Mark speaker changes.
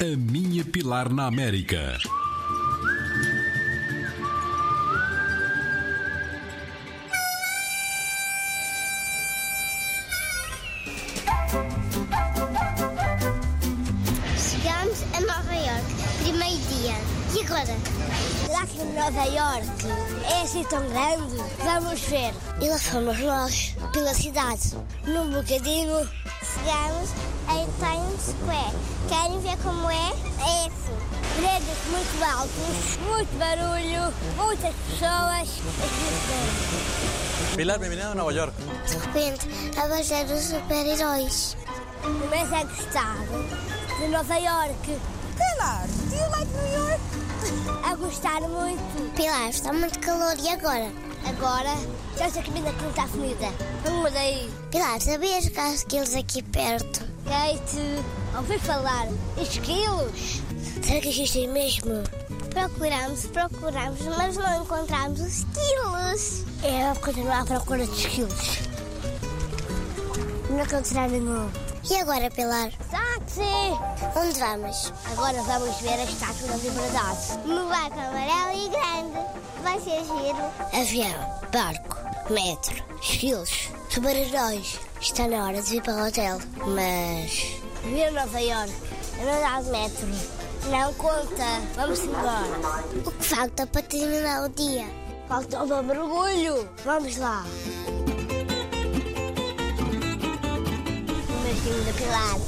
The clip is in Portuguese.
Speaker 1: A minha Pilar na América.
Speaker 2: Chegámos a Nova York, primeiro dia. E agora? Será que Nova York é assim tão grande? Vamos ver. E lá fomos nós, pela cidade. Num bocadinho. Chegámos em Times Square. Querem ver como é? É assim. Prédios muito altos, muito barulho, muitas pessoas.
Speaker 3: Pilar, bienvenida a Nueva York.
Speaker 2: De repente, a baixar os super-heróis. Começa a gostar é de Nova York.
Speaker 4: Pilar, do you like New York?
Speaker 2: A gostar muito. Pilar, está muito calor e agora? Agora, já estou caminho da Quinta Avenida. Vamos daí. Pilar, sabias que há esquilos aqui perto? Kate, ouvi falar. Esquilos? Será que existem mesmo? Procuramos, procuramos, mas não encontramos os esquilos. Eu vou É, continuar à procura de esquilos. Não acontecerá nenhum. E agora, Pilar? Táxi! Onde vamos? Agora vamos ver a Estátua da Liberdade. No barco amarelo e grande. Vai ser giro. Avião, barco, metro, esquilos, super-heróis. Está na hora de ir para o hotel, mas... Ver Nova York, andar de metro. Não conta. Vamos embora. O que falta para terminar o dia? Falta um mergulho. Vamos lá. O beijinho da Pilar.